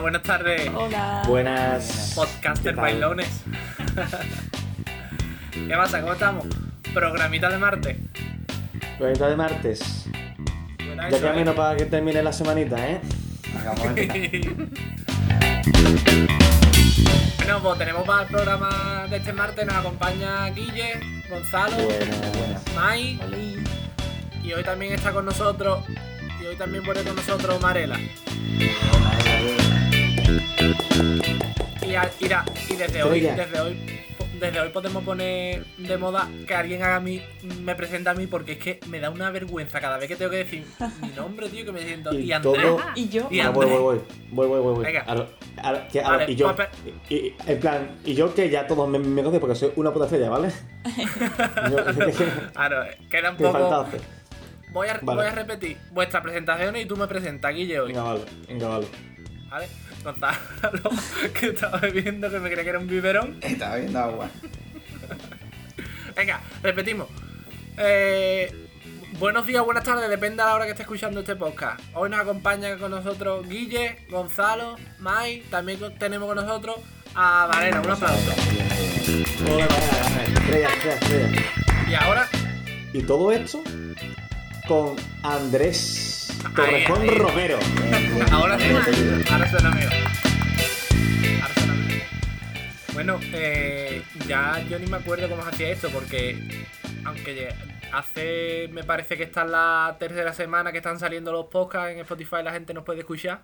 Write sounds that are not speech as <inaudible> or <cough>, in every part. buenas tardes. Hola. Buenas. Podcaster ¿Qué tal? <laughs> bailones. ¿Qué pasa? ¿Cómo estamos? Programita de Marte. Bonito de martes. Buena Ya eso, queda ¿eh? menos para que termine la semanita, ¿eh? Acabamos de empezar. <laughs> bueno, pues tenemos para el programa de este martes. Nos acompaña Guille, Gonzalo, Buenas, buenas. Mai. Oli. Y hoy también está con nosotros. Y hoy también vuelve con nosotros Marela. Y, a- mira, y desde hoy, Estrella. desde hoy, po- desde hoy podemos poner de moda que alguien haga a mí, me presenta a mí, porque es que me da una vergüenza cada vez que tengo que decir mi nombre, tío, que me siento. Y, Y Andrés. todo- Y yo. Y Ahora voy, voy, voy. Voy, voy, voy, voy. Venga. A lo- a lo- que- a lo- Vale, y yo. pues, Y, y- en plan, y yo que ya todos me, me conocen porque soy una puta estrella, <laughs> ¿vale? yo, <laughs> <laughs> Claro, eh, queda un que poco. faltaste. Voy a, Vale. voy a repetir vuestras presentaciones y tú me presentas, Guille, hoy. Venga, vale, venga, vale. ¿Vale? <laughs> Gonzalo, que estaba bebiendo, que me creía que era un biberón. Estaba viendo agua. Venga, repetimos. Eh, buenos días, buenas tardes, depende a la hora que esté escuchando este podcast. Hoy nos acompaña con nosotros Guille, Gonzalo, Mai, también con- tenemos con nosotros a Valera, un aplauso. Hola, hola, hola. Estrella, estrella, estrella. Y ahora, Y todo esto con Andrés Ahí, Torrejón ahí. Romero. pues, ahora sí, ahora suena mío. Ahora suena mío. Bueno, eh, ya yo ni me acuerdo cómo se hacía esto, porque aunque ya- hace, me parece que esta es la tercera semana que están saliendo los podcasts en Spotify, la gente nos puede escuchar.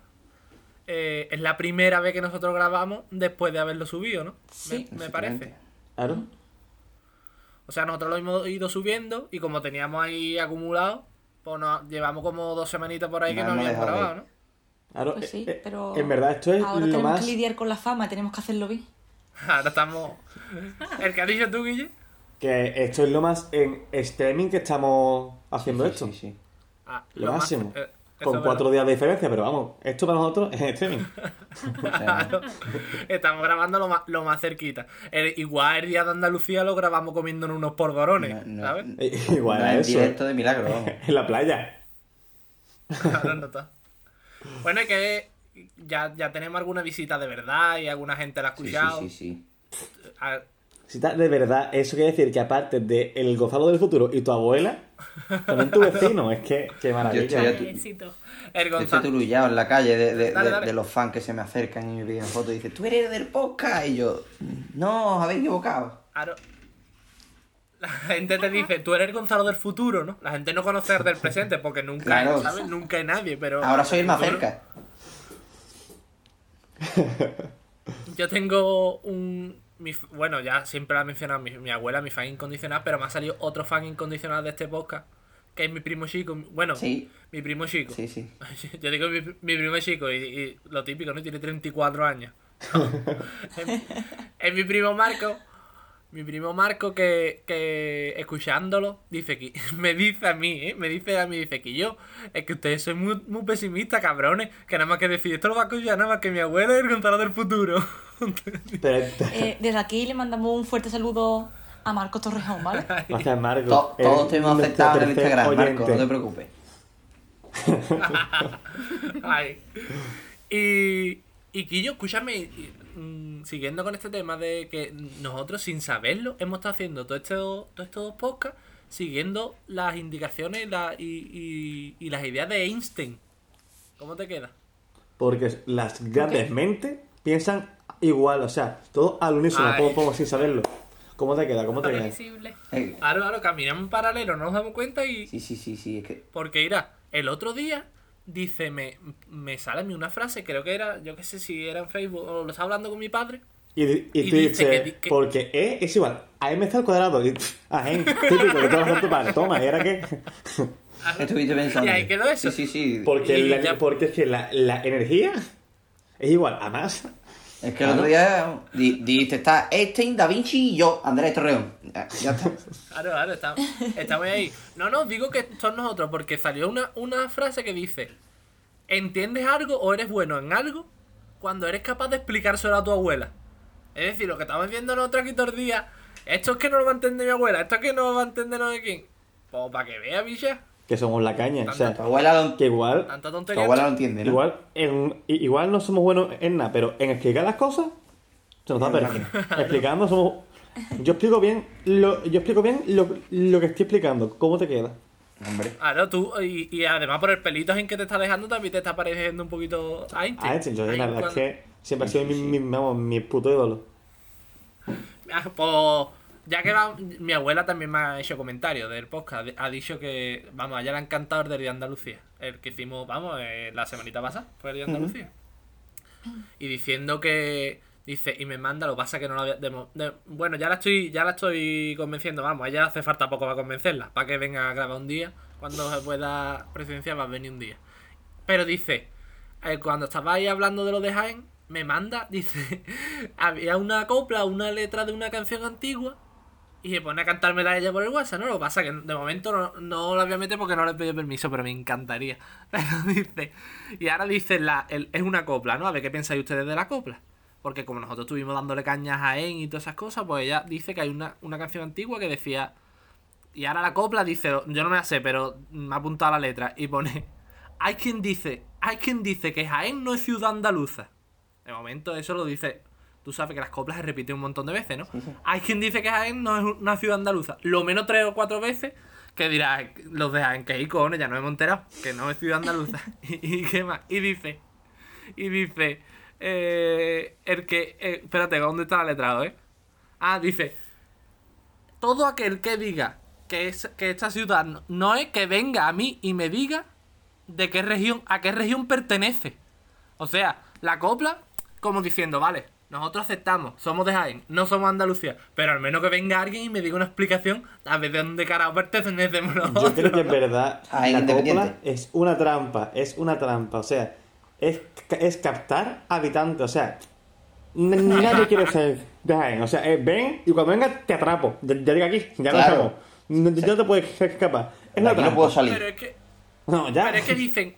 Eh, es la primera vez que nosotros grabamos después de haberlo subido, ¿no? Sí. Me, me parece. Claro. O sea, nosotros lo hemos ido subiendo y como teníamos ahí acumulado, pues nos llevamos como dos semanitas por ahí que No no hemos habíamos dejado de grabado, ¿no? Claro, Pues sí, eh, eh, pero. En verdad, esto es Ahora lo tenemos más. que lidiar con la fama, tenemos que hacerlo bien. Ahora estamos. ¿El que has dicho tú, Guille? Que esto es lo más en streaming que estamos haciendo esto. Sí, sí. Ah, Lo máximo. eh, eso Con es <laughs> cuatro días de diferencia, pero vamos, esto para nosotros es <laughs> streaming. verdad. Estamos grabando lo más, lo más cerquita. El- igual el día de Andalucía lo grabamos comiéndonos unos polvorones, No, no. ¿sabes? <laughs> Igual No a en eso. directo de <laughs> milagro. vamos. En la playa. Ahora no está. Bueno, es que ya, ya tenemos alguna visita de verdad y alguna gente la ha Sí, escuchado. sí, sí, sí. Ah, Si está de verdad, eso quiere decir que aparte de el Gozalo del futuro y tu abuela, también tu vecino. es que, qué Yo estoy maravilla. a- Qué éxito. el Yo estoy Gonzalo. turullado en la calle de, de- Dale, de- dale. de los fans que se me acercan y me piden fotos y dicen, tú eres del podcast. Y yo, no, os habéis equivocado. Ahora- La gente te dice, tú eres el Gonzalo del futuro, ¿no? La gente no conoce al del presente porque nunca, Claro. ¿sabes? Nunca hay nadie, pero... Ahora soy el más Bueno, cerca. Yo tengo un. mi f- bueno, ya siempre la he mencionado mi, mi abuela, mi fan incondicional, pero me ha salido otro fan incondicional de este podcast, que es mi primo chico. Bueno, Sí, mi primo chico. sí, sí. <laughs> Yo digo mi, mi primo chico y, y lo típico, ¿no? Tiene 34 años. es, es mi primo Marco. Mi primo Marco que, que escuchándolo dice que <laughs> me dice a mí, ¿eh? me dice a mí, dice que yo, es que ustedes son muy, muy pesimistas, cabrones, que nada más que decir, esto lo va a escuchar nada más que mi abuela y el contador del futuro. <laughs> Pero, Eh, desde aquí le mandamos un fuerte saludo a Marcos Torrejón, ¿vale? gracias, Marco. To- todos Eres te hemos nuestro aceptado en el tercer Instagram, Marco, oyente. no te preocupes. <laughs> Ay. Y, y Quillo, escúchame, y- mm, siguiendo con este tema de que nosotros sin saberlo hemos estado haciendo todos estos todo estos podcasts siguiendo las indicaciones la- y, y- y las ideas de Einstein. ¿Cómo te queda? Porque las grandes mentes piensan igual, o sea, todo al unísono, Ay. todo, todo sin saberlo. ¿Cómo te queda? ¿Cómo te queda? Previsible. Eh, Claro, claro, caminamos en paralelo, no nos damos cuenta y... Sí, sí, sí, sí, es que Porque irá, el otro día dice, me, me sale a mí una frase, creo que era, yo qué sé si era en Facebook o lo estaba hablando con mi padre. Y, di- y Y tú dice dices, que di- que- porque E es igual a M está al cuadrado. Y, ah, en, típico, que te vas a tu padre. Toma, ¿y ahora qué? estuviste pensando. Y ahí quedó eso. Sí, sí, sí. Porque, Y la- ya- porque es que la, la energía es igual a más. Es que el otro día di- dijiste, está Einstein, Da Vinci y yo, Andrés Torreón. Ya, ya está. Claro, claro, está- estamos ahí. No, no, digo que son nosotros, porque salió una, una frase que dice: ¿Entiendes algo o eres bueno en algo cuando eres capaz de explicárselo a tu abuela? Es decir, lo que estamos diciendo nosotros aquí todos los días: esto es que no lo va a entender mi abuela, esto es que no lo va a entender no sé quién. Pues para que vea, bicha. que somos la caña. O sea, Tu abuela lo, <laughs> que igual, Tanta tu tontería. abuela lo entiende, ¿no? igual, en- i- igual no somos buenos en nada, pero en explicar las cosas se nos da Claro, perfecto. Explicando somos. Yo explico bien lo, yo explico bien lo, lo que estoy explicando, cómo te queda. Hombre. Claro, tú, y, y además por el pelito en que te está dejando, también te está pareciendo un poquito a Einstein. Ah, este, yo la Ahí verdad es cuando- que siempre ha Sí, sido mi, sí, mi- vamos, mi puto ídolo. Ah, Pues, ya que va- mi abuela también me ha hecho comentarios del podcast. Ha dicho que, vamos, a ella le ha encantado el del Día de Andalucía. El que hicimos, vamos, eh, la semanita pasada, fue el Día de Andalucía. Y diciendo que, dice, y me manda, lo que pasa que no la había... de mo- de- bueno, ya la estoy ya la estoy convenciendo, vamos, a ella hace falta poco para convencerla, para que venga a grabar un día. Cuando se pueda presidenciar va a venir un día. Pero dice, eh, cuando estabais hablando de lo de Jaén, me manda, <laughs> dice, había una copla, una letra de una canción antigua, y se pone a cantármela ella por el WhatsApp, ¿no? Lo que pasa que de momento no, no la voy a meter porque no le he pedido permiso, pero me encantaría. <laughs> Pero dice, y ahora dice, la, el- es una copla, ¿no? A ver qué pensáis ustedes de la copla. Porque como nosotros estuvimos dándole cañas a Jaén y todas esas cosas, pues ella dice que hay una, una canción antigua que decía... Y ahora la copla dice, yo no me la sé, pero me ha apuntado la letra y pone, hay quien dice, hay quien dice que Jaén no es ciudad andaluza. De momento eso lo dice, tú sabes que las coplas se repiten un montón de veces, ¿no? Hay quien dice que Jaén no es una ciudad andaluza, lo menos tres o cuatro veces que dirá, los de Jaén, que icones, ya no hemos enterado, que no es ciudad andaluza. <laughs> y, y qué más, y dice, y dice, eh, el que, eh, espérate, ¿dónde está la letra, eh? Ah, dice, todo aquel que diga que, es, que esta ciudad no- no es que venga a mí y me diga de qué región, a qué región pertenece. O sea, la copla, como diciendo, vale, nosotros aceptamos, somos de Jaén, no somos Andalucía, pero al menos que venga alguien y me diga una explicación a ver de dónde carajo pertenecemos Yo creo nosotros. que en verdad Ah, la independiente. copla es una trampa, es una trampa, o sea, es, ca- es captar habitantes, o sea, n- nadie quiere ser Jaén, o sea, eh, ven y cuando venga te atrapo, ya, ya llega aquí, ya Claro. lo hacemos, no, no te puedes escapar, es De una aquí no trampa. puedo salir. Pero es que... No, ya. Pero es que dicen.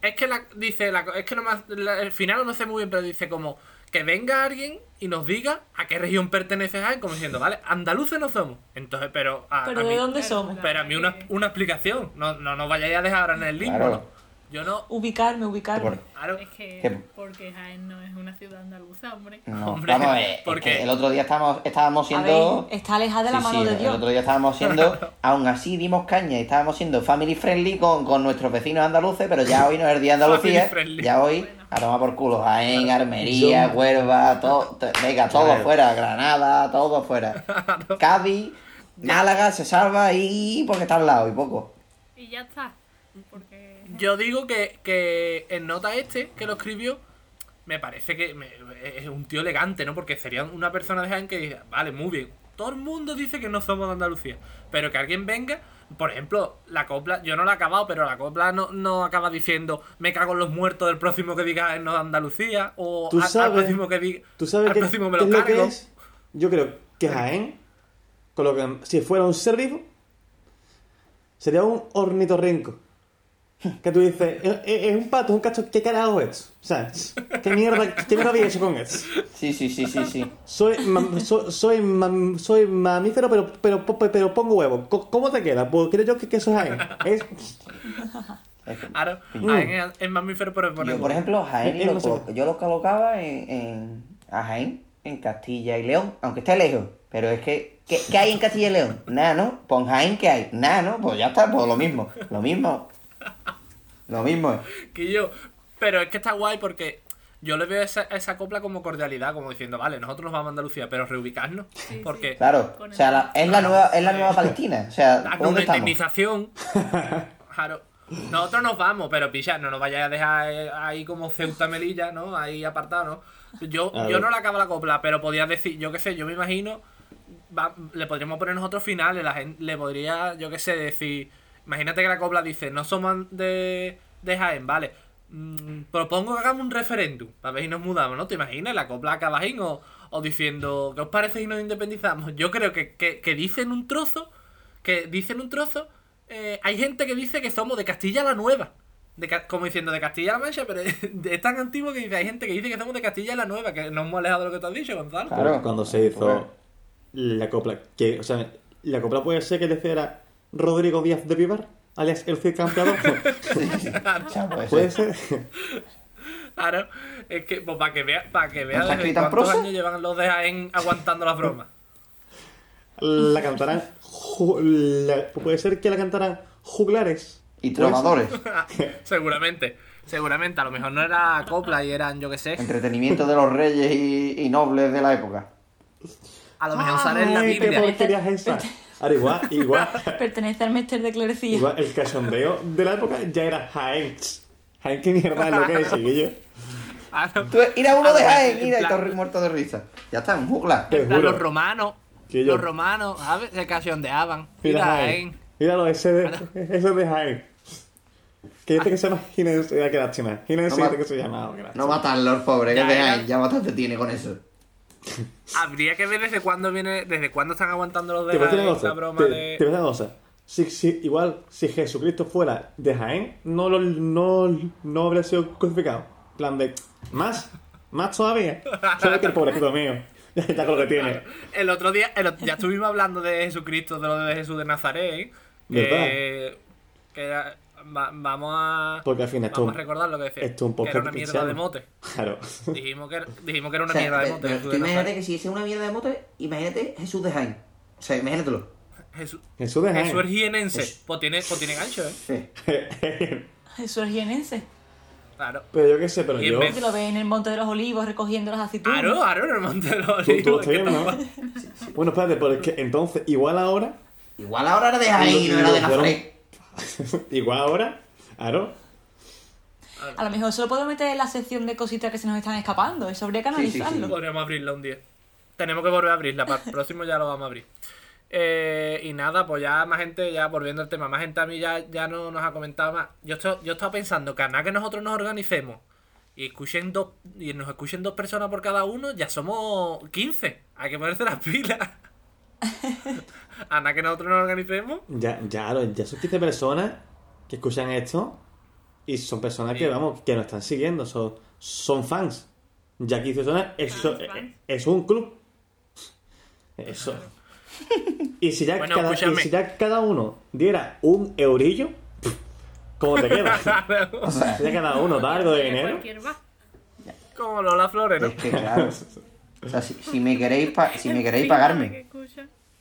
Es que la, dice. La, es que no más. El final no sé muy bien, pero dice como. Que venga alguien y nos diga a qué región pertenece Jaén, como diciendo, ¿vale? Andaluces no somos. Entonces, pero. A, Pero a ¿de mí- dónde somos? Pero a mí una, una explicación. No, no nos vayáis a dejar ahora en el limbo. Claro. ¿no? Yo no. Ubicarme, ubicarme. Por- Claro. Es que ¿Qué? porque Jaén no es una ciudad andaluza, hombre. No, Hombre, vamos a ver, es porque- que el otro día estábamos, estábamos A siendo... ver, está alejada de la Sí, mano sí, de El Dios. otro día estábamos <laughs> siendo, aún así dimos caña y estábamos siendo family friendly con, con nuestros vecinos andaluces, pero ya hoy no es el día de Andalucía. Family friendly. ya hoy, a tomar por culo, Jaén, Armería, Yo- Huelva, todo, to- venga, todo Claro. fuera, Granada, todo <laughs> fuera. Cádiz, Málaga se salva y porque está al lado y poco. Y ya está. Porque Yo digo que, que el nota este que lo escribió me parece que me- es un tío elegante, ¿no? Porque sería una persona de Jaén que dice, vale, muy bien. Todo el mundo dice que no somos de Andalucía. Pero que alguien venga, por ejemplo, la copla, yo no la he acabado, pero la copla no, no acaba diciendo me cago en los muertos del próximo que diga no de Andalucía. O Tú al- al sabes- próximo que diga. ¿Tú sabes al qué, próximo me qué lo es lo que cargo. es? Yo creo que Jaén, con lo que, si fuera un ser vivo, sería un ornitorrinco. Que tú dices, es, es- es un pato, es un cacho, ¿qué carajo es esto? O sea, ¿qué mierda, qué mierda había hecho con esto? Sí, sí, sí, sí, <laughs> sí. Soy, mam- so- soy, mam- soy mamífero, pero, pero, pero, pongo huevo. Co- ¿Cómo te queda? Pues creo yo que, que eso es Jaén. Es, Es que- Claro, Mm. Jaén es, es mamífero, pero Yo, por ejemplo, Jaén Es lo más colo- seguro. yo lo colocaba en, en- a Jaén en Castilla y León, aunque esté lejos. Pero es que, ¿qué, qué hay en Castilla y León? Nada, ¿no? Pon Jaén, ¿qué hay? Nada, ¿no? Pues ya está, pues lo mismo, lo mismo. Lo mismo es. que yo. Pero es que está guay porque yo le veo esa, esa copla como cordialidad, como diciendo, vale, nosotros nos vamos a Andalucía, pero reubicarnos. porque Claro, o sea, la- es, la nueva, es la nueva Palestina. O sea, la ¿dónde estamos? colonización. <laughs> claro. Nosotros nos vamos, pero pilla, no nos vayáis a dejar eh, ahí como Ceuta Melilla, ¿no? Ahí apartado, ¿no? Yo, A yo ver. no le acabo la copla, pero podías decir, yo qué sé, yo me imagino, va- le podríamos poner nosotros finales, la gente le podría, yo qué sé, decir, imagínate que la copla dice, no somos de, de Jaén, vale, mm, propongo que hagamos un referéndum, a ver si nos mudamos, ¿no? ¿Te imaginas la copla acá bajín o, o diciendo, ¿qué os parece si nos independizamos? Yo creo que, que, que dicen un trozo, que dicen un trozo, eh, hay gente que dice que somos de Castilla la Nueva. De, Ca- como diciendo de Castilla la Mancha, pero <laughs> es tan antiguo que dice, hay gente que dice que somos de Castilla la Nueva, que no hemos alejado de lo que te has dicho, Gonzalo. Claro. Pero cuando se hizo la copla, que, o sea, la copla puede ser que le hiciera Rodrigo Díaz de Vivar. alias el Cid <laughs> Campeador, Chavo, puede ese. ser. Claro, es que, pues para que vea, para que vea ¿Nos desde escritan cuántos prosa? años llevan los de Jaén aguantando las <laughs> bromas. La cantarán. ju- la- puede ser que la cantarán juglares. Pues, Y trovadores. seguramente, seguramente, a lo mejor no era copla y eran, yo qué sé, Entretenimiento de los reyes y, y nobles de la época. a lo Ah, mejor sale en la Ay, qué Biblia. porquería es esa. Ahora igual, <laughs> igual, Pertenece al Mester de Clerecía. <laughs> igual, el cachondeo de la época ya era Jaén. Jaén, qué mierda es lo que es, chiquillo. Claro, Tú, ir a uno A de ver, Jaén, en mira, y plan- todo muerto de risa. Ya está, un juglar. Te en plan, juro. los romanos, Que yo- los romanos, ¿sabes? Se cachondeaban. Mira Mira, Jaén. Jaén. Míralo, ese de, <laughs> ese de Jaén. Que dice que se llama Ginense. Ya, qué lástima. Ginense No ma- dice que se llama. oh, qué lástima. No matarlo, el pobre, que Ya es de era- Jaén, ya bastante tiene con eso. Habría que ver desde cuándo viene, desde cuándo están aguantando los Te de voy a decir Jaén una la cosa. broma Te, de. te voy a decir una cosa. Si, si- igual, si Jesucristo fuera de Jaén, no, lo, no, no habría sido crucificado. En plan de. Más. Más todavía. Solo que el pobrecito mío. <laughs> Ya está con lo que tiene. El otro día, el ot- ya estuvimos hablando de Jesucristo, de lo de Jesús de Nazaret. ¿eh? Que, ¿Verdad? que era- va- vamos a. Porque al fin esto- Vamos a recordar lo que decía. Esto es un que poco era una mierda de mote. Claro. Dijimos que, era- dijimos que era una <laughs> O sea, mierda de ve- mote. ve- Jesús tú de Nazaret. imagínate que si es una mierda de moto, imagínate Jesús de Jaén. O sea, imagínatelo. Jesús, Jesús de Jesús es Jaén. jienense. Pues tiene, pues tiene gancho, ¿eh? Sí. Jesús jienense. Claro. Pero yo qué sé, pero Y en yo. vez Te lo ves en el Monte de los Olivos recogiendo las aceitunas. Aro, Aro en el Monte de los Tú, tú lo Olivos, estás ¿qué viendo, ¿no? tal? Bueno, espérate, pero es que entonces, igual ahora. <laughs> Igual ahora era de Jaén, no era de Nazaret. igual ahora. Claro. A lo mejor se lo puedo meter en la sección de cositas que se nos están escapando. Eso habría que Sí, sí, sí. analizarlo. Podríamos abrirla un día. Tenemos que volver a abrirla. Para el próximo ya lo vamos a abrir. Eh, y nada, pues ya más gente, ya volviendo al tema, más gente a mí ya, ya no nos ha comentado más. Yo, esto- yo estaba pensando que a nada que nosotros nos organicemos y escuchen dos y nos escuchen dos personas por cada uno, ya somos 15. Hay que ponerse las pilas. a nada que nosotros nos organicemos. Ya, ya, lo- ya son 15 personas que escuchan esto y son personas que, vamos, que nos están siguiendo, son, son fans. Ya 15 Ah, personas, eso, Fans, fans. eh, es un club. Eso. <laughs> Y si, ya Pues Bueno, cada, y escúchame. si ya cada uno diera un eurillo, ¿cómo te queda? <laughs> Claro, O sea, Si ya cada uno da algo de dinero. Cualquier va. Como Lola Flores, ¿no? es que claro. O sea, si, si me queréis, pa- si me queréis pagarme.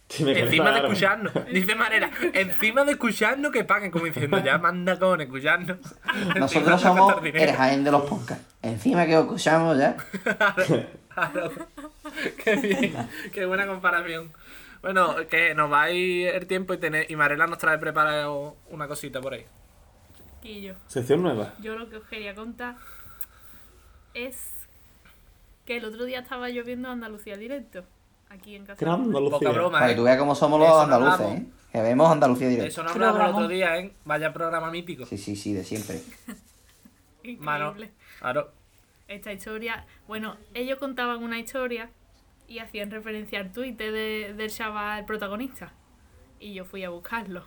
Si me queréis Encima de pagarme. escucharnos, dice manera, encima de escucharnos que paguen, como diciendo, ya manda con escucharnos. Encima Nosotros de somos gastar dinero. el Jaén de los podcasts. Encima que os escuchamos ya. Claro. <laughs> Qué bien, qué buena comparación. Bueno, que nos va a ir el tiempo y, tener, y Marela nos trae preparado una cosita por ahí. Y yo. Sección nueva. Yo lo que os quería contar es que el otro día estaba yo viendo Andalucía directo. Aquí en casa. Gran Poca Andalucía. broma, Para que ¿eh? tú veas cómo somos los Eso no andaluces, hablamos. ¿eh? Que vemos Andalucía De directo. eso no hablamos el Programa. otro día, ¿eh? Vaya programa mítico. Sí, sí, sí, de siempre. Increíble. Mano, claro. Esta historia. Bueno, ellos contaban una historia y hacían referencia al tuit de, del chaval protagonista. Y yo fui a buscarlo.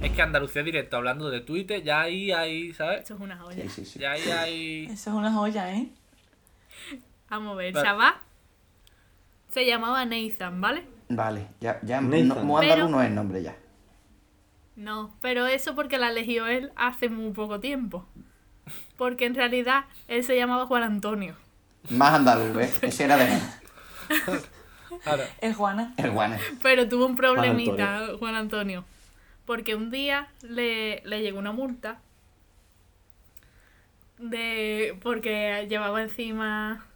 Es que Andalucía Directo, hablando de Twitter, ya ahí, ahí, ¿sabes? Esto es una joya. Sí, sí, sí. Ya ahí, ahí... Eso es una joya, ¿eh? Vamos a ver, el Vale. chaval se llamaba Nathan, ¿vale? Vale, ya, ya, Nathan. no, muy andaluz Pero- no es el nombre ya. No, pero eso porque la eligió él hace muy poco tiempo. Porque en realidad él se llamaba Juan Antonio. Más andaluz, ¿eh? Ese era de Claro. Es Juana. el guane. Pero tuvo un problemita, Juan Antonio. porque un día le, le llegó una multa de porque llevaba encima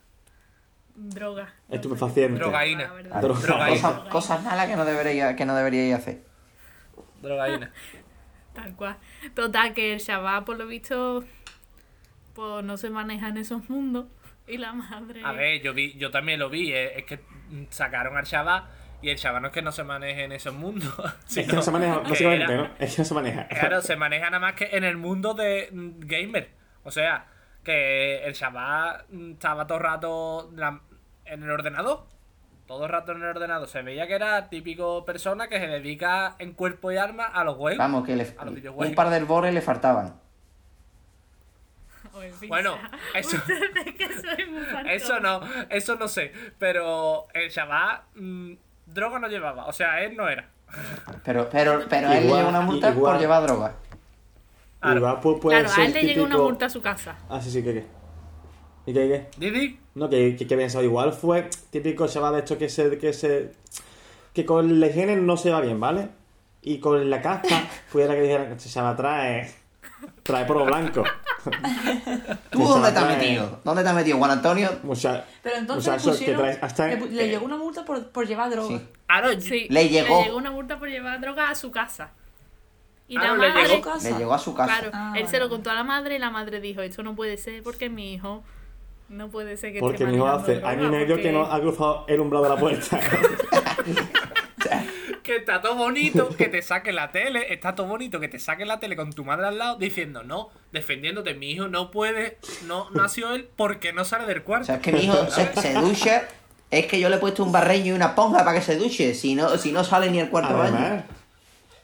droga. Estupefaciente. Drogaína. La verdad. Droga. Cosas, cosas malas que no debería, que no deberíais hacer. Drogaína. Tal cual. Total, que el chaval, por lo visto, pues no se maneja en esos mundos. Y la madre. A ver, yo vi, yo también lo vi, eh, es que mm, sacaron al chaval y el chaval no es que no se maneje en esos <laughs> mundos. Es que no <laughs> se maneja, que básicamente, era- ¿no? Es que no se maneja. <laughs> Claro, se maneja nada más que en el mundo de mm, gamer. O sea, que el chaval mm, estaba todo el rato la- en el ordenador. Todo el rato en el ordenador. Se veía que era típico persona que se dedica en cuerpo y alma a los juegos. Vamos, que le- A los videojuegos. un par de herbores le faltaban. Oye, pizza. <laughs> Bueno, eso- Ustedes que soy muy faltón. Eso no, eso no sé. Pero el chaval mm, droga no llevaba. O sea, él no era. Pero, pero, pero a él le Igual, llega una multa igual. por llevar droga. Claro. Y va, pues, puede Claro, a ser él le llega una típico- multa a su casa. Ah, sí, sí, que qué. ¿Y qué, qué? Didi, No, que, que, que pensaba, igual fue típico chaval de esto que se, que se. que con la higiene no se va bien, ¿vale? Y con <laughs> la caspa, fuera que dijera que se va trae. trae por lo blanco. <laughs> ¿Tú Que se dónde la te has trae. metido? ¿Dónde te has metido, Juan Antonio? Mucha, Pero entonces muchacho que pusieron- trae hasta- le, pu- le llegó una multa por, por llevar droga. Sí. Aaron, Sí, Le llegó. Le llegó una multa por llevar droga a su casa. Y Ah, la no, le madre. ¿A su llegó. casa? Le llegó a su casa. Claro, Ah, él vale. se lo contó a la madre y la madre dijo: Esto no puede ser porque mi hijo. No puede ser que Porque esté mi hijo manejando hace droga, año y medio que porque- no ha cruzado el umbral de <laughs> la puerta. que está todo bonito que te saque la tele, está todo bonito que te saque la tele con tu madre al lado diciendo no, defendiéndote, mi hijo no puede, no, no ha sido él porque no sale del O cuarto. sea, es que mi hijo se, se ducha. Es que yo le he puesto un barreño y una esponja para que se duche. Si no, si no sale ni al cuarto baño. además,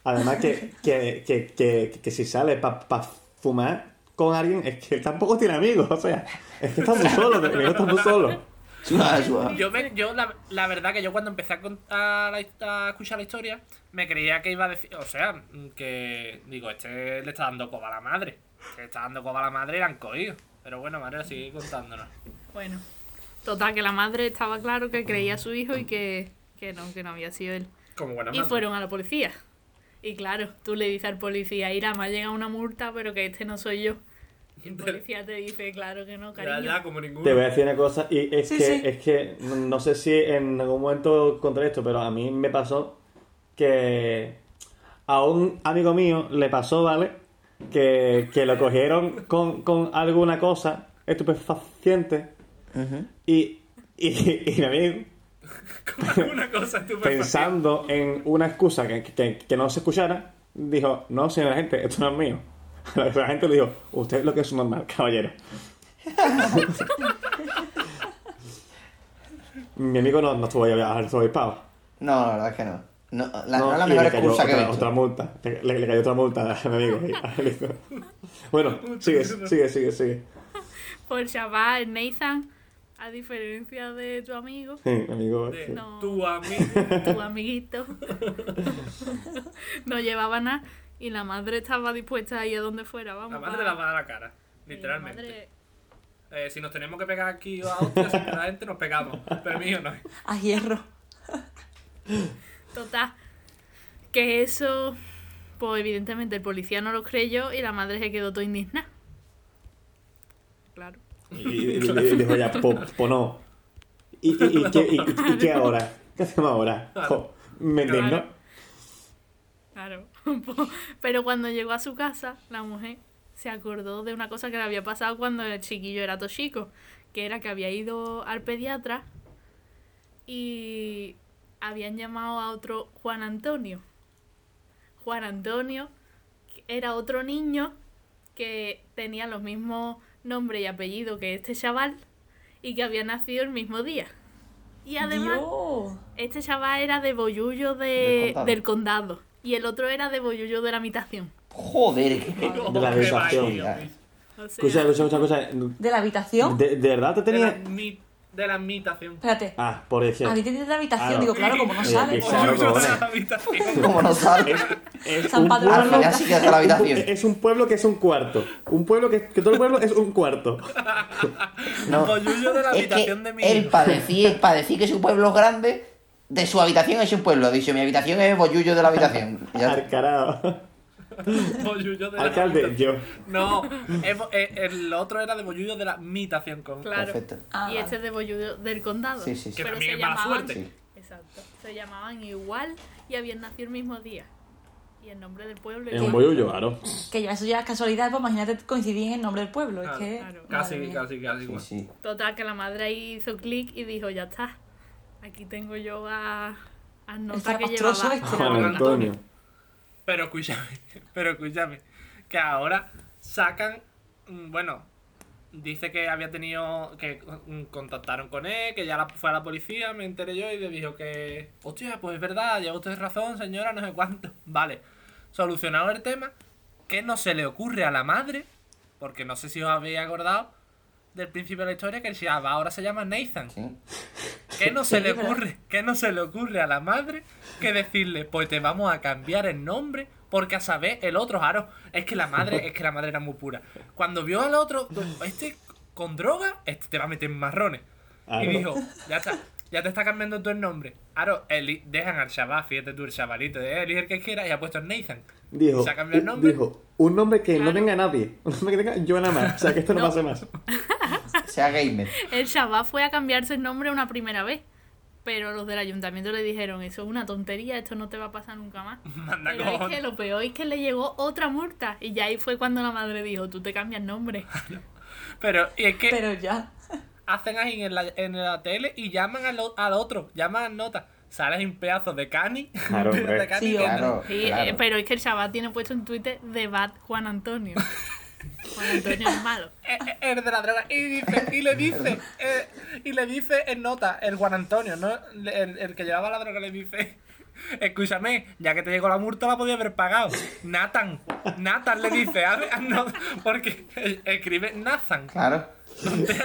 además que, que, que, que, que si sale para fumar con alguien, es que él tampoco tiene amigos. O sea, es que está muy solo, mi hijo está muy solo. Suba, suba. Yo, me- yo la, la verdad que yo cuando empecé a, contar la his- a escuchar la historia, me creía que iba a decir, o sea, que digo, este le está dando coba a la madre. Le está dando coba a la madre y la han cogido. Pero bueno, María, sigue contándonos. Bueno, total, que la madre estaba claro que creía a su hijo y que, que no, que no había sido él. Como buena Y madre. fueron a la policía. Y claro, tú le dices al policía, Ira, me ha llegado una multa, pero que este no soy yo. Y el policía te dice, claro que no, Ya, cariño. ya, como ninguno. Te voy a decir una cosa, y es Sí, que, sí. es que no- no sé si en algún momento contra esto, pero a mí me pasó que a un amigo mío le pasó, ¿vale? Que, que lo cogieron con, con alguna cosa estupefaciente y, y, y mi amigo, Como una cosa estupenda. <laughs> pensando en una excusa que, que- que no se escuchara, dijo, no, señora gente, esto no es mío. <laughs> La gente le dijo, usted es lo que es normal, caballero. Mi amigo no, no estuvo ahí, no estuvo avispado. No, la verdad es que no. No, la, no No, es la y mejor le cayó excusa que he otra, visto. otra multa. Le, le cayó otra multa a mi amigo. <laughs> <laughs> bueno, sigue, sigue, sigue, sigue. Por chaval, Nathan, a diferencia de tu amigo, Sí, mi amigo. De sí. No. Tu amigo. <laughs> tu amiguito, no llevaba nada. Y la madre estaba dispuesta a ir a donde fuera, vamos. La madre pa- la va a dar la cara, y la literalmente. madre- Eh, si nos tenemos que pegar aquí a <laughs> hostias entre la gente, nos pegamos. Pero mío no es. A hierro. Total. Que eso, pues evidentemente el policía no lo creyó y la madre se quedó toda indignada. Claro. Y, y- y- y dijo ya, po, po no. ¿Y, y, y, qué, y- y- y qué ahora? ¿Qué hacemos ahora? Jo, me Claro. indigno. Claro. <laughs> Pero cuando llegó a su casa, la mujer se acordó de una cosa que le había pasado cuando el chiquillo era todo chico, que era que había ido al pediatra y habían llamado a otro Juan Antonio. Juan Antonio era otro niño que tenía los mismos nombre y apellido que este chaval y que había nacido el mismo día. Y además, Dios. este chaval era de Boyullo de- Del condado. del condado y el otro era de Boyullo de la habitación. Joder, qué- De la habitación. O sea, Escucha, escucha, escucha, escucha. ¿De la habitación? ¿De, de verdad te De la, tenía...? mi- de la habitación. Espérate. Ah, por eso. A mí te tiene de la habitación. Ah, no. Digo, claro, como no Sí, sabes. sí, claro, Oye, yo de cojones. la <laughs> habitación. ¿cómo no sale? Es San un Padre Al pueblo... final sí que hasta la habitación. Es un pueblo que es un cuarto. Un pueblo que, que todo el pueblo es un cuarto. No. Bollullo de la Es que habitación de mi él hijo. para decir, para decir que su pueblo es grande, de su habitación es un pueblo. Dice, mi habitación es bollullo de la habitación. <laughs> <laughs> Ya- Alcarado. Bollullo de la Alcalde, habitación. yo. No, es bo- eh, el otro era de bollullo de la habitación. Con... Claro. Perfecto. Ah, y vale. este es de Boyudo del condado. Sí, sí, sí. Que Pero también se es mala llamaban, suerte. Sí. Exacto. Se llamaban igual y habían nacido el mismo día. Y el nombre del pueblo Es igual. un boyullo, claro. Que ya eso ya es casualidad, pues imagínate coincidir en el nombre del pueblo. Claro, es que. claro. Casi, madre mía. casi, casi. Sí, igual. sí. Total, que la madre ahí hizo clic y dijo, ya está. Aquí tengo yo a, a nota que castroso <laughs> llevaba. este. Juan Antonio. Pero escúchame, <laughs> pero escúchame, que ahora sacan, mm, bueno, dice que había tenido, que mm, contactaron con él, que ya la- fue a la policía, me enteré yo y le dijo que, hostia, pues es verdad, lleva usted razón, señora, no sé cuánto. <laughs> Vale, solucionado el tema, que no se le ocurre a la madre, porque no sé si os habéis acordado del principio de la historia, que el chaval ahora se llama Nathan. sí. ¿Qué no se le ocurre? ¿Qué no se le ocurre a la madre que decirle, pues te vamos a cambiar el nombre? Porque a saber el otro Jaro. Es que la madre, es que la madre era muy pura. Cuando vio al otro, este con droga, este te va a meter en marrones. Y Claro. dijo, ya está, ya te está cambiando tú el nombre. Aro, eli- dejan al chaval, fíjate tú el chavalito, eh, elige el que quiera y ha puesto Nathan. Dijo, ¿Se ha cambiado el un- nombre? dijo, un nombre que no Claro. tenga nadie. Un nombre que tenga yo nada más. O sea, que esto no, No. pase más. Sea gamer. <laughs> El Shabbat fue a cambiarse el nombre una primera vez. Pero los del ayuntamiento le dijeron, eso es una tontería, esto no te va a pasar nunca <laughs> más. Manda Pero es que cojones. lo peor es que le llegó otra multa. Y ya ahí fue cuando la madre dijo, tú te <laughs> cambias nombre. Pero, y es que Pero ya. hacen ahí en la, en la tele y llaman al, o- al otro, llaman al nota. Sales un pedazo de cani. Claro, hombre. <laughs> de cani Sí, que- hombre. Claro, Sí, claro. eh, pero es que el Shabbat tiene puesto en Twitter de Bad <laughs> Juan Antonio. Juan Antonio es malo. Eh, eh, el de la droga. Y, dice- y le <laughs> dice, eh, y le dice en nota, el Juan Antonio, ¿no? Le- El, el que llevaba la droga le dice. Escúchame, ya que te llegó la multa la podía haber pagado. Nathan, Nathan le dice, a ver, no, porque eh, escribe <laughs> Nathan. Claro.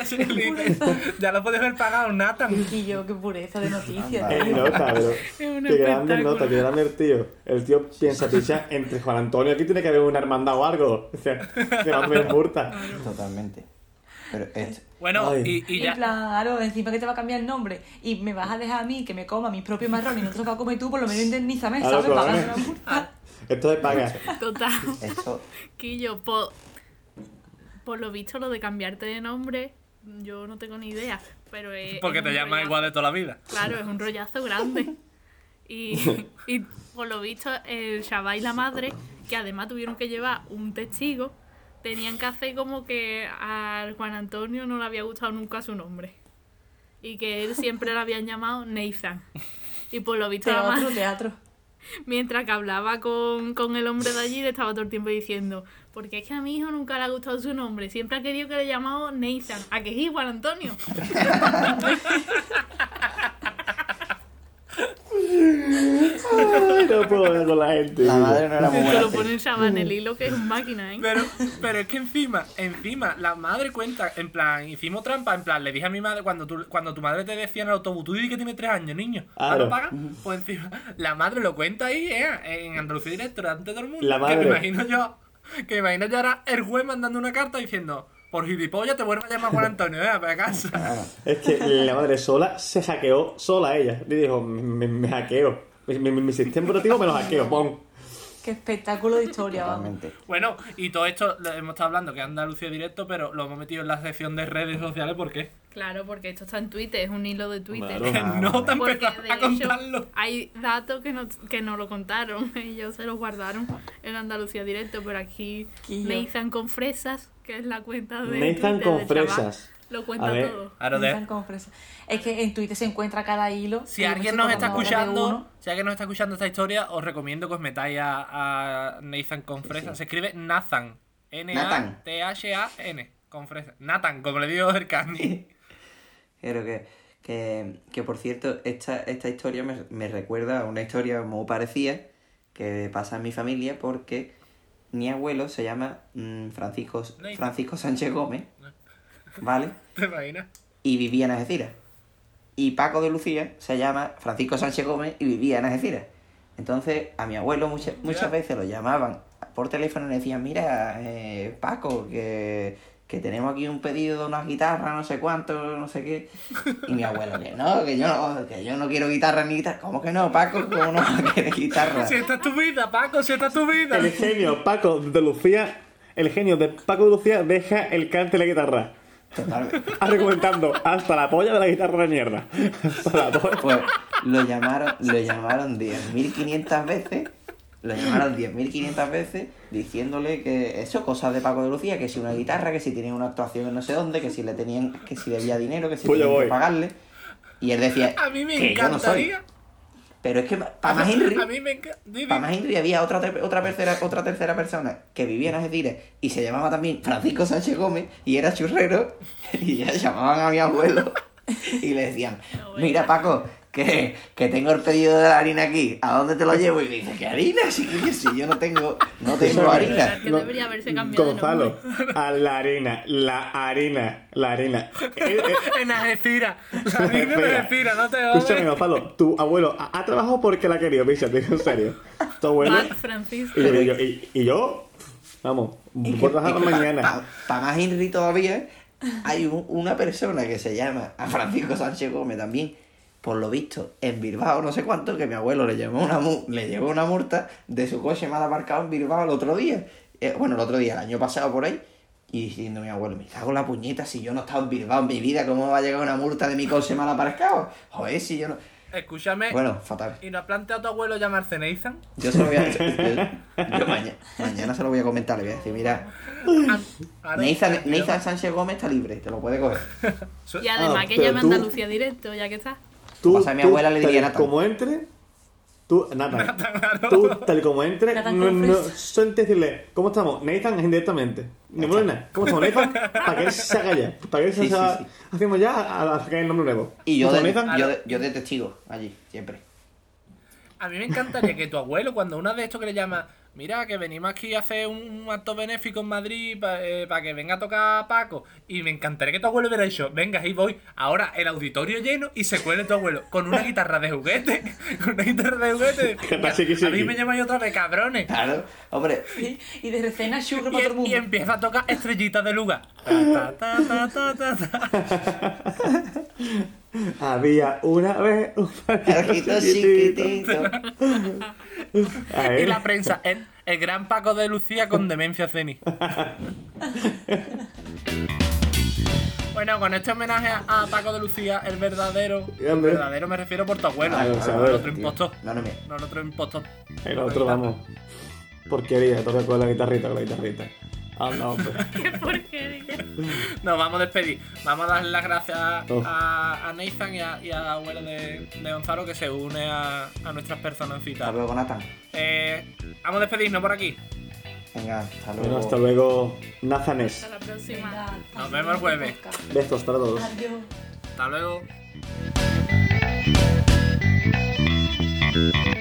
Así que le dice, ya lo podías haber pagado, Nathan. Y yo, qué pureza de noticias. Anda. Qué tío. nota, pero. un Qué grande espectáculo. nota, qué grande el tío. El tío piensa, picha, entre Juan Antonio aquí tiene que haber una hermandad o algo. O sea, se va a poner multa. Totalmente. Pero esto. Bueno, Ay. y, y en ya. plan, claro, encima que te va a cambiar el nombre y me vas a dejar a mí que me coma mis propios marrones y no te los vas a comer tú, por lo menos indemnízame, Claro, ¿sabes? Págame cojones. una Ah, multa. Esto se paga. Total. <laughs> Esto. Quillo, por, por lo visto lo de cambiarte de nombre, yo no tengo ni idea. Pero es, Porque es te un llamas rollazo. igual de toda la vida. Claro, es un rollazo grande. Y, y por lo visto, el Shabbat y la madre, que además tuvieron que llevar un testigo, tenían que hacer como que al Juan Antonio no le había gustado nunca su nombre. Y que él siempre lo habían llamado Nathan. Y por lo visto, la Teatro, madre, teatro. mientras que hablaba con, con el hombre de allí, le estaba todo el tiempo diciendo: Porque es que a mi hijo nunca le ha gustado su nombre, siempre ha querido que le llamado Nathan. ¿A que sí, Juan Antonio? Ay, no puedo ver con la gente. La tío. madre no era muy Te buena. lo pone el Shabbat en el hilo, que es un máquina, ¿eh? Pero, pero es que encima, encima, la madre cuenta, en plan, hicimos trampa, en plan, le dije a mi madre, cuando tu, cuando tu madre te decía en el autobús, tú di que tiene tres años, niño, ¿ah, Claro. no paga? Pues encima, la madre lo cuenta ahí, ¿eh? en Andalucía Directo, ante todo el mundo. La Que madre. me imagino yo, que me imagino yo ahora el juez mandando una carta diciendo, por gilipollas te vuelvo a llamar Juan Antonio, ¿eh? Para casa. Es que la madre sola se hackeó sola ella. Le dijo, me, me hackeo. Mi, mi- mi sistema operativo me lo hackeo, pon. Qué espectáculo de historia, vamos. Totalmente. Bueno, y todo esto lo hemos estado hablando, que es Andalucía Directo, pero lo hemos metido en la sección de redes sociales porque Claro, porque esto está en Twitter, es un hilo de Twitter. Claro. Ah, no te <laughs> Porque empezado de a hecho contarlo. hay datos que no, que no lo contaron, <laughs> ellos se los guardaron en Andalucía Directo, pero aquí Quillo. Nathan con fresas, que es la cuenta de Nathan Twitter con del fresas. chaval, lo cuenta A ver. todo. Ahora de- Están con fresa. Es que en Twitter se encuentra cada hilo. Si Yo me alguien estoy nos está acordando ahora de uno. <laughs> escuchando, si alguien nos está escuchando esta historia, os recomiendo que os metáis a, a Nathan con fresa. Se escribe Nathan. Nathan. N-A-T-H-A-N. Con fresa. Nathan, como le digo el Candy. Pero que, que, que, por cierto, esta, esta historia me, me recuerda a una historia muy parecida que pasa en mi familia porque mi abuelo se llama mm, Francisco, Nathan. Francisco Sánchez Gómez, ¿vale? <laughs> ¿Te imaginas? Y vivía en Algeciras. Y Paco de Lucía se llama Francisco Sánchez Gómez y vivía en Algeciras. Entonces a mi abuelo mucha- muchas veces lo llamaban por teléfono y le decían, mira, eh, Paco, que, que tenemos aquí un pedido de unas guitarras, no sé cuánto, no sé qué. Y mi abuelo, que no, que yo no, que yo no quiero guitarra ni guitarra. ¿Cómo que no, Paco? ¿Cómo no va a querer <laughs> guitarra? Si esta es tu vida, Paco, si esta es tu vida. El genio Paco de Lucía, el genio de Paco de Lucía deja el cante de la guitarra. Total, Recomendando hasta la polla de la guitarra de mierda. <laughs> Hasta la polla. Pues lo llamaron, lo llamaron 10.500 veces. Lo llamaron 10.500 veces diciéndole que eso, cosas de Paco de Lucía, que si una guitarra, que si tenía una actuación en no sé dónde, que si le tenían, que si debía dinero, que si Pues yo tenían que voy. pagarle. Y él decía, A mí me que yo no soy. encantaría. Pero es que para más Henry, A mí me para encanta. más Henry había otra, ter- otra, tercera, otra tercera persona que vivía en Algeciras y se llamaba también Francisco Sánchez Gómez y era <laughs> churrero y ya llamaban a mi abuelo y le decían, mira Paco, que, que tengo el pedido de la harina aquí, ¿a dónde te lo llevo? Y dice, ¿qué harina? Si, que- si yo no tengo, no tengo harina. Que debería haberse cambiado de Gonzalo, a la harina, la harina, la harina. Eh, eh, <laughs> En Algeciras. La harina de Espera. Algeciras, no te Escúchame, jodes. Gonzalo, tu abuelo ha, ha trabajado porque la ha querido, picha, te digo en serio. Tu abuelo. Pat Francisco. Y yo, y yo- y- y yo, vamos, voy a trabajar mañana. Para más Henry todavía, hay un- una persona que se llama a Francisco Sánchez Gómez también, por lo visto, en Bilbao, no sé cuánto, que mi abuelo le llevó una, mu- le llevó una multa de su coche mal aparcado en Bilbao el otro día. Eh, bueno, el otro día, el año pasado por ahí. Y diciendo mi abuelo, me cago en la puñeta, si yo no he estado en Bilbao en mi vida, ¿cómo me va a llegar una multa de mi coche mal aparcado? Joder, si yo no... Escúchame. Bueno, fatal. ¿Y no has planteado a tu abuelo llamarse Nathan? Yo se lo voy a... yo- yo maña- mañana se lo voy a comentar, le voy a decir, mira, Ah, Ahora- Nathan, Nathan Sánchez Gómez está libre, te lo puede coger. Su- Y además Ah, que pero llame a tú- Andalucía directo, ya que está. <laughs> Tú, Pasa, mi abuela le tal diría Nathan. Como entre, tú, Nathan, claro. tú, tal como entre, Nathan no, no Confess. sueltes decirle, ¿cómo estamos? Nathan es indirectamente. Ni buena, ¿cómo estamos, Nathan? Para que él se haga ya, para que él se Sí, sí, haga- sí. Hacemos ya a, a que el nombre nuevo. Y yo ¿Cómo de, estamos, Nathan? yo, de, yo de testigo allí, siempre. A mí me encantaría que tu abuelo, cuando una de estos que le llama, mira, que venimos aquí a hacer un, un acto benéfico en Madrid para que venga a tocar Paco, y me encantaría que tu abuelo hubiera dicho, venga, ahí voy, ahora el auditorio lleno y se cuele tu abuelo con una guitarra de juguete, <laughs> con una guitarra de juguete, y decir, <laughs> Que pase, que a mí sigue". me llamáis otra vez, <laughs> cabrones. Claro, hombre, Y, y de recena sugar <laughs> Y, para todo el y mundo. empieza a tocar estrellitas de <laughs> lugar. Ta, ta, ta, ta, ta, ta, ta. Había una vez un arquito chiquitito. A Y él. la prensa, el, el gran Paco de Lucía con demencia seni. Bueno, con este homenaje a a Paco de Lucía, el verdadero, Y el hombre. verdadero me refiero por tu abuelo, Ah, no o sea, a el ver, otro tío. impostor, No, no, me... no el otro impostor. El otro, vamos. Porquería, toca con la guitarrita, con la guitarrita. Ah, no, <laughs> hombre. Qué porquería. Nos vamos a despedir, vamos a darle las gracias a, Oh. a- a Nathan y a, y a la abuela de, de Gonzalo que se une a, a nuestras Hasta personancitas. luego, Nathan. Eh, vamos a despedirnos por aquí, Venga, hasta luego. Bueno, hasta luego, Nazanes. Hasta la próxima. Venga, Nos vemos el jueves. Besos para todos. Adiós. hasta luego.